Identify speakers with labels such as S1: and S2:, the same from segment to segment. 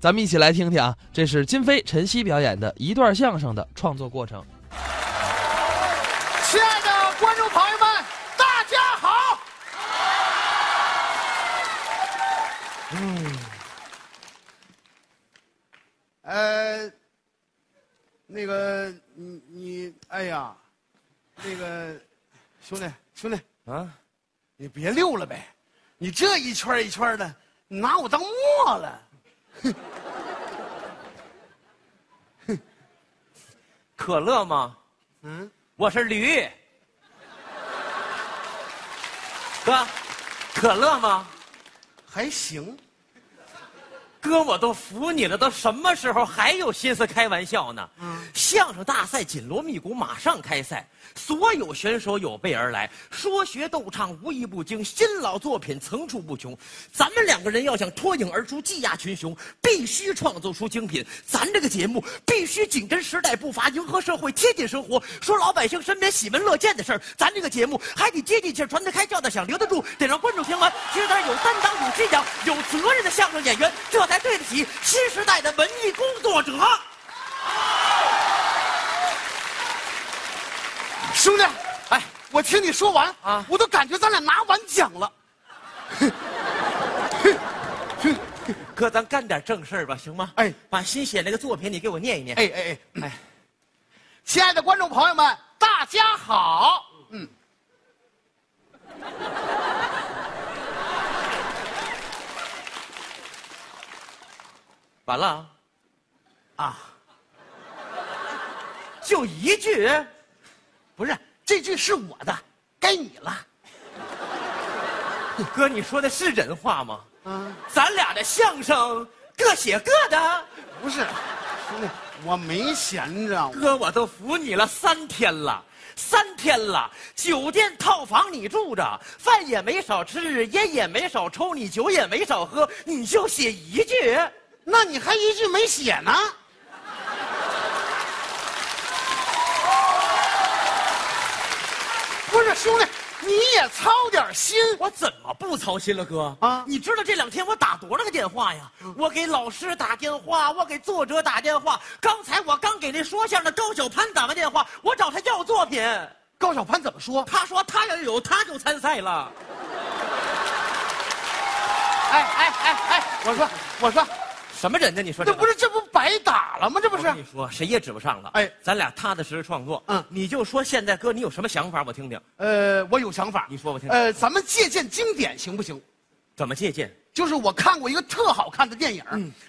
S1: 咱们一起来听听啊，这是金飞、陈曦表演的一段相声的创作过程。
S2: 亲爱的观众朋友们，大家好！嗯，呃，那个你你，哎呀，那个兄弟兄弟，
S3: 啊，
S2: 你别溜了呗，你这一圈一圈的，你拿我当磨了。
S3: 可乐吗？
S2: 嗯，
S3: 我是驴。哥，可乐吗？
S2: 还行，
S3: 哥，我都服你了，都什么时候还有心思开玩笑呢？相声大赛紧锣密鼓，马上开赛，所有选手有备而来，说学逗唱无一不精，新老作品层出不穷。咱们两个人要想脱颖而出，技压群雄，必须创作出精品。咱这个节目必须紧跟时代步伐，迎合社会，贴近生活，说老百姓身边喜闻乐见的事儿。咱这个节目还得接地气儿，传得开，叫得响，留得住，得让观众听完，觉得他是有担当、有信仰、有责任的相声演员，这才对得起新时代的文艺工作者。
S2: 兄弟，
S3: 哎，
S2: 我听你说完
S3: 啊
S2: 我都感觉咱俩拿完奖了。
S3: 哥，咱干点正事儿吧，行吗？
S2: 哎
S3: 把新写那个作品你给我念一念。
S2: 哎哎哎哎！亲爱的观众朋友们，大家好。嗯。
S3: 完了啊，
S2: 啊，
S3: 就一句，
S2: 不是，这句是我的，该你了。
S3: 哥，你说的是人话吗？
S2: 嗯，
S3: 咱俩的相声各写各的。
S2: 不是，兄弟，我没闲着。我
S3: 哥，我都服你了三天了，三天了，酒店套房你住着，饭也没少吃，烟也没少抽，你酒也没少喝，你就写一句，
S2: 那你还一句没写呢？不是，兄弟，你也操点心。
S3: 我怎么不操心了，哥？
S2: 啊
S3: 你知道这两天我打多少个电话呀？我给老师打电话，我给作者打电话，刚才我刚给那说相声的高小攀打完电话，我找他要作品，
S2: 高小攀怎么说？
S3: 他说他要有他就参赛了。
S2: 哎哎哎哎，我说我说，
S3: 什么人呢？你说
S2: 这
S3: 这
S2: 不是这不白打了吗？这不
S3: 不
S2: 是
S3: 是？你说谁也指不上了。
S2: 哎
S3: 哎，咱俩踏踏实实创作。
S2: 嗯
S3: 嗯，你就说现在哥，你有什么想法？我听听，
S2: 呃，我有想法，
S3: 你说我听听
S2: 呃，咱们借鉴经典行不行？
S3: 怎么借鉴？
S2: 就是我看过一个特好看的电影，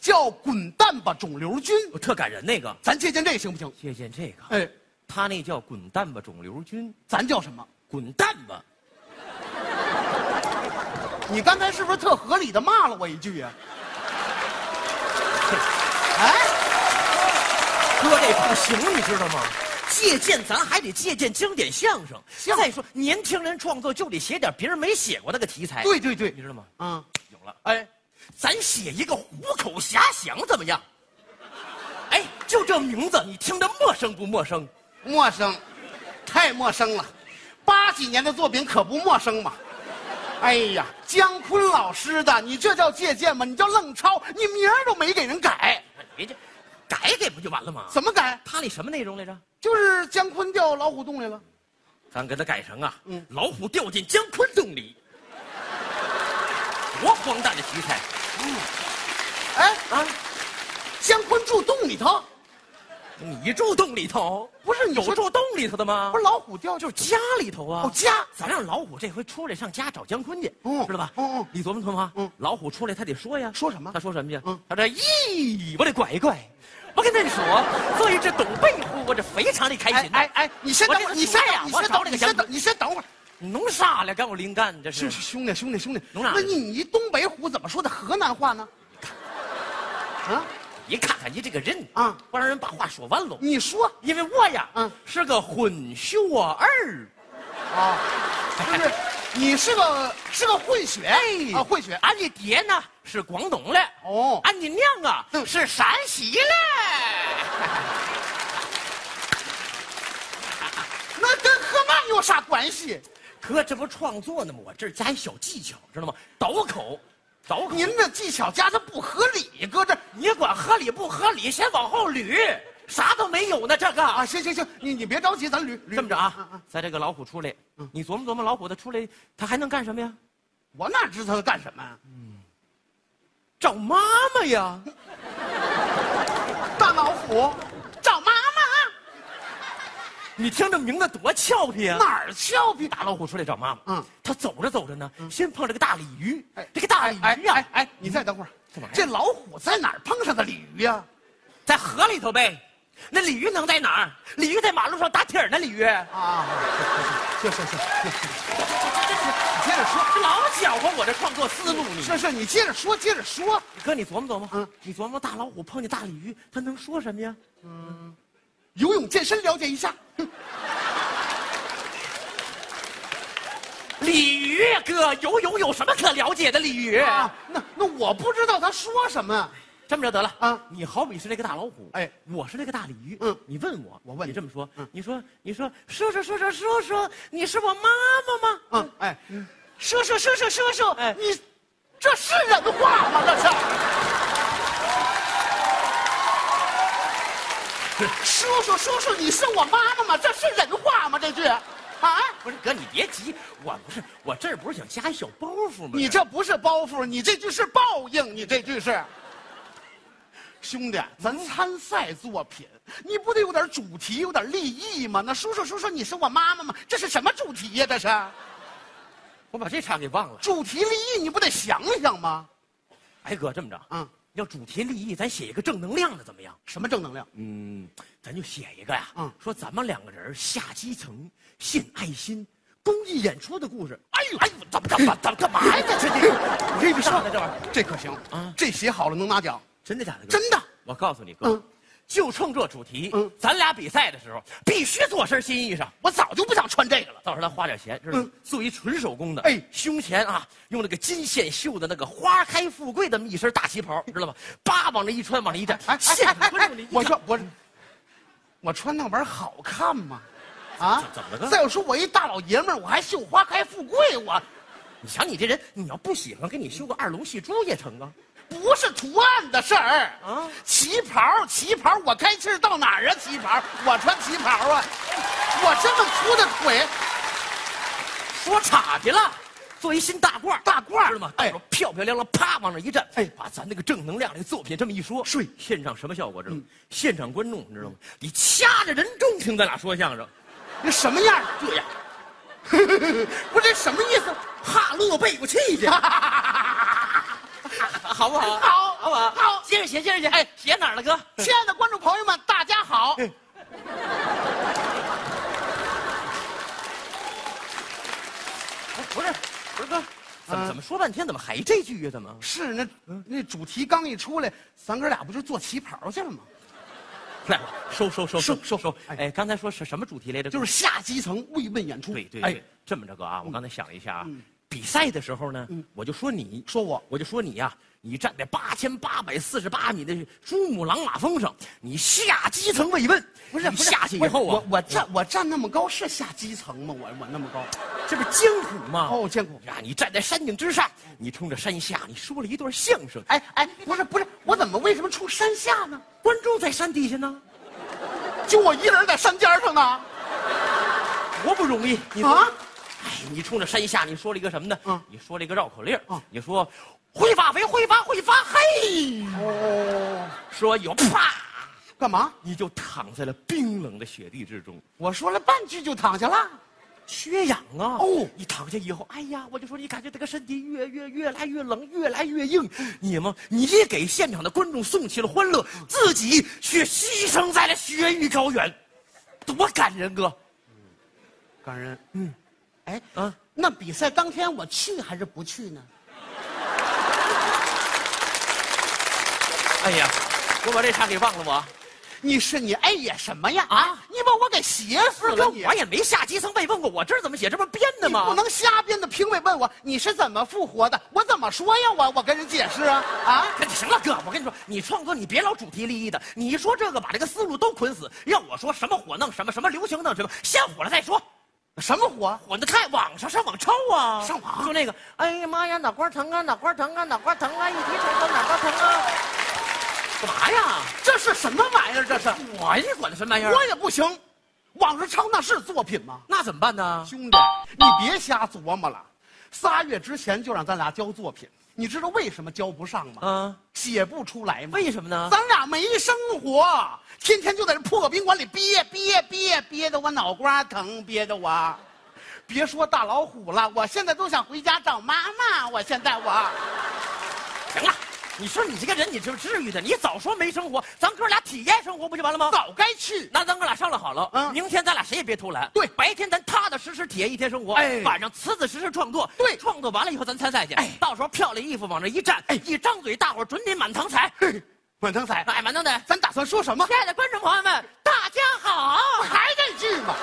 S2: 叫《滚蛋吧肿瘤君》，
S3: 我特感人那个，
S2: 咱借鉴这个行不行？
S3: 借鉴这个，
S2: 哎，
S3: 他那叫滚蛋吧肿瘤君，
S2: 咱叫什么？
S3: 滚蛋吧！
S2: 你刚才是不是特合理的骂了我一句呀、哎，
S3: 哥这不行，你知道吗？借鉴咱还得借鉴经典相声。
S2: 相
S3: 再说年轻人创作就得写点别人没写过那个题材。
S2: 对，对对
S3: 你，知道吗？
S2: 嗯，
S3: 有了，
S2: 哎，
S3: 咱写一个虎口遐想怎么样？哎，就这名字，你听着陌生不陌生？
S2: 陌生，太陌生了，八几年的作品可不陌生嘛。哎呀，姜昆老师的，你这叫借鉴吗？你叫愣抄，你名儿都没给人改，
S3: 你这改改不就完了吗？
S2: 怎么改？
S3: 他那什么内容来着？
S2: 就是姜昆掉老虎洞里了。
S3: 咱给他改成啊，
S2: 嗯
S3: 老虎掉进姜昆洞里，多荒诞的题材
S2: 哎，
S3: 啊！
S2: 姜昆住洞里头，
S3: 你住洞里头，
S2: 不是你
S3: 有
S2: 说
S3: 住洞里头的吗？
S2: 不是老虎掉，就是
S3: 是家里头啊。
S2: 哦家
S3: 咱让老虎这回出来上家找姜昆去，
S2: 嗯
S3: 知道吧？
S2: 嗯嗯
S3: 你琢磨琢磨，
S2: 嗯
S3: 嗯，老虎出来他得说呀，
S2: 说什么
S3: 他说什么去？
S2: 嗯
S3: 他说：“咦，我得拐一拐，我跟你说，做一只董背虎，我这非常的开
S2: 哎
S3: 心。”
S2: 哎，哎，你先等会儿，
S3: 我这
S2: 你先
S3: 是
S2: 等，你
S3: 我
S2: 先等，
S3: 找那
S2: 你
S3: 个
S2: 先
S3: 嗯姜
S2: 等，
S3: 昆，
S2: 你先等会儿。
S3: 你弄啥了？跟我灵感，你这是
S2: 兄兄弟，兄弟，兄弟，
S3: 能让
S2: 那
S3: 人
S2: 你你东北虎怎么说的河南话呢？啊，
S3: 你看看你这个人
S2: 啊
S3: 啊，我让人把话说完喽。
S2: 你说
S3: 因为我呀，
S2: 嗯
S3: 嗯，是个混血儿，
S2: 啊， 就是你是个是个混血
S3: 哎
S2: 啊，混血。
S3: 俺的爹呢是广东的，
S2: 哦
S3: 俺的娘啊、
S2: 嗯
S3: 是陕西的。
S2: 那跟喝慢有啥关系？
S3: 哥，这不创作呢吗？我这儿加一小技巧，知道吗？倒口，找口
S2: 您这技巧加的不合理，搁这
S3: 你管合理不合理，先往后捋，啥都没有呢。这个
S2: 啊，行行行，你你别着急，咱捋捋嗯
S3: 这么着啊，在这个老虎出来，你琢磨琢磨，老虎它出来，它还能干什么呀？
S2: 我哪知道他干什么呀？
S3: 找妈妈呀！
S2: 大老虎找妈妈，
S3: 你听这名字多俏皮啊！
S2: 哪儿俏皮？
S3: 大老虎出来找妈妈，
S2: 嗯
S3: 嗯，它走着走着呢，先碰着个大鲤鱼，
S2: 哎
S3: 这个大鲤
S2: 哎
S3: 鱼啊呀，
S2: 哎哎，你再等会儿
S3: 干嘛呀，
S2: 这老虎在哪儿碰上的鲤鱼啊呀、
S3: 在河里头呗，那鲤鱼能在哪儿？鲤鱼在马路上打铁儿呢，鲤鱼，
S2: 啊？行行行，你接着说，
S3: 这老搅和我这创作思路你。
S2: 是是，你接着说，接着说。
S3: 哥，你琢磨琢磨，
S2: 嗯
S3: 嗯，你琢磨大老虎碰见大鲤鱼，它能说什么呀？
S2: 游泳健身了解一下，嗯
S3: 鲤鱼，哥，游泳有什么可了解的？鲤鱼，
S2: 啊，那那我不知道他说什么，
S3: 这么着得了
S2: 啊
S3: 啊！你好比是那个大老虎，
S2: 哎
S3: 哎，我是那个大鲤鱼，
S2: 嗯
S3: 嗯，你问我，我
S2: 问你
S3: 你这么说
S2: 嗯，
S3: 你说，你说，叔叔，叔叔，叔叔，你是我妈妈吗？
S2: 嗯，哎，叔叔叔叔叔叔，
S3: 哎
S2: 你这是人话吗？这是。叔叔叔叔，你是我妈妈吗？这是人话吗？这句，啊，
S3: 不是哥，你别急，我不是，我这儿不是想加一小包袱吗？
S2: 你这不是包袱，你这句是报应，你这句是。兄弟，咱
S3: 嗯
S2: 参赛作品，你不得有点主题，有点立意吗？那叔叔叔叔，你是我妈妈吗？这是什么主题呀、这是
S3: 我把这茬给忘了。
S2: 主题立意，你不得想想吗？
S3: 哎，哥，这么着，
S2: 嗯
S3: 嗯，要主题立意，咱写一个正能量的怎么样？
S2: 什么正能量？
S3: 嗯，咱就写一个呀，
S2: 嗯
S3: 嗯，说咱们两个人下基层，献爱心，公益演出的故事。
S2: 哎呦哎呦，怎么
S3: 干嘛干干嘛
S2: 哎
S3: 呀？这这这，
S2: 我跟你说
S3: 上来这玩意儿，
S2: 这可行
S3: 啊
S2: 这写好了能拿奖，
S3: 真的假的？哥
S2: 真的。
S3: 我告诉你哥，
S2: 嗯
S3: 就冲这主题，
S2: 嗯
S3: 咱俩比赛的时候必须做身新衣裳。
S2: 我早就不想穿这个了。
S3: 到时候咱花点钱，知道吗
S2: 嗯？
S3: 做一纯手工的，
S2: 哎
S3: 哎，胸前啊用那个金线绣的那个花开富贵的一身大旗袍，知道吗？叭往那一穿，往那一站，
S2: 哎
S3: 现场观众
S2: 哎
S3: 你
S2: 我说我，我穿那玩意儿好看吗？啊
S3: 怎么了哥
S2: 再有说，我一大老爷们儿，我还绣花开富贵，我
S3: 你想你这人，你要不喜欢，给你修个二龙戏珠也成啊。
S2: 不是图案的事儿啊
S3: 啊。
S2: 旗袍，旗袍，我该气儿到哪儿啊？旗袍，我穿旗袍啊，我这么粗的腿，
S3: 说岔去了，做一新大褂儿，大褂儿知道吗？
S2: 哎
S3: 哎，漂漂亮亮，啪往那一站，
S2: 哎
S3: 哎，把咱那个正能量那个作品这么一说，
S2: 睡
S3: 现场什么效果知道吗？现场观众你知道吗？你掐着人中听咱俩说相声，
S2: 那什么样儿？
S3: 这样
S2: 不是这什么意思？
S3: 哈喽背过气去，好不好？
S2: 好
S3: 好不啊好？
S2: 好
S3: 接着写，接着写，哎，写哪儿了哥？
S2: 亲爱的观众朋友们，大家好。
S3: 嗯哎不是，不是哥，怎
S2: 啊
S3: 么怎么说半天，怎么还这句啊呀？怎么？
S2: 是那那主题刚一出来，咱哥俩不就做旗袍去了吗？
S3: 来，收收收
S2: 收收
S3: 收收！
S2: 哎
S3: 哎，刚才说是什么主题来着？
S2: 就是下基层慰问演出。哎
S3: 对对对，这么着哥啊，
S2: 嗯
S3: 我刚才想了一下啊，比赛的时候呢，我就说你，
S2: 说我
S3: 我就说你呀、你站在八千八百四十八米的珠穆朗玛峰上，你下基层慰问，
S2: 不是不
S3: 你
S2: 是
S3: 下去以后啊，
S2: 我我站我站那么高是下基层吗？我我那么高，
S3: 这不是艰苦吗？
S2: 哦艰苦
S3: 呀！你站在山顶之上，你冲着山下，你说了一段相声，
S2: 哎哎，不是不是，我怎么为什么冲山下呢？
S3: 观众在山底下呢，
S2: 就我一人在山尖上呢。
S3: 多不容易！你
S2: 啊
S3: 说，哎，你冲着山下，你说了一个什么呢？
S2: 嗯
S3: 你说了一个绕口令儿，
S2: 嗯
S3: 你说会发肥，会发会发嘿，
S2: 哦，
S3: 说有啪。
S2: 干嘛？
S3: 你就躺在了冰冷的雪地之中，
S2: 我说了半句就躺下了。
S3: 缺氧啊！
S2: 哦
S3: 哦，你躺下以后，哎呀，我就说你感觉这个身体越越越来越冷，越来越硬。你们，你给现场的观众送去了欢乐，自己却牺牲在了雪域高原，多感人，啊哥！
S2: 感人。嗯，哎
S3: 啊
S2: 那比赛当天我去还是不去呢？
S3: 哎呀，我把这茬给忘了我。
S2: 你是你哎呀什么呀啊
S3: 啊？
S2: 你把我给邪死
S3: 不是
S2: 了
S3: 哥，
S2: 你！啊
S3: 啊我也没下基层慰问过，我这是怎么写？这不是编的
S2: 你不
S3: 吗？
S2: 能瞎编的。评委问我你是怎么复活的，我怎么说呀？我我跟人解释啊啊！
S3: 哎行了，哥，我跟你说，你创作你别老主题立意的，你一说这个把这个思路都捆死。要我说什么火弄什么，什么流行弄什么，先火了再说。
S2: 什么火？
S3: 我那看网上上网抄啊，
S2: 上网
S3: 就那个，哎呀妈呀，脑瓜疼啊，脑瓜疼啊，脑瓜疼啊，一提疼就脑瓜疼啊，干嘛呀？
S2: 这是什么玩意儿？这是
S3: 我也管他什么玩意儿，
S2: 我也不行，网上抄那是作品吗？
S3: 那怎么办呢？
S2: 兄弟，你别瞎琢磨了，仨月之前就让咱俩交作品，你知道为什么交不上吗？
S3: 啊，
S2: 写不出来吗？
S3: 为什么呢？
S2: 咱俩没生活，天天就在这破宾馆里憋憋憋憋得我脑瓜疼，憋得我，别说大老虎了，我现在都想回家找妈妈。我现在我
S3: 行了，你说你这个人，你就至于的？你早说没生活，咱哥俩体验生活不就完了吗？
S2: 早该去，
S3: 那咱哥俩商量好了，
S2: 嗯
S3: 明天咱俩谁也别偷懒。
S2: 对
S3: 白天咱踏踏实实体验一天生活，
S2: 哎
S3: 晚上辞辞实实创作。
S2: 对
S3: 创作完了以后咱参赛去，
S2: 哎
S3: 到时候漂亮衣服往这一站，
S2: 哎
S3: 一张嘴，大伙儿准得满堂彩。
S2: 满堂彩，
S3: 哎，满堂彩！
S2: 咱打算说什么？
S3: 亲爱的观众朋友们，大家好！
S2: 还这句吗？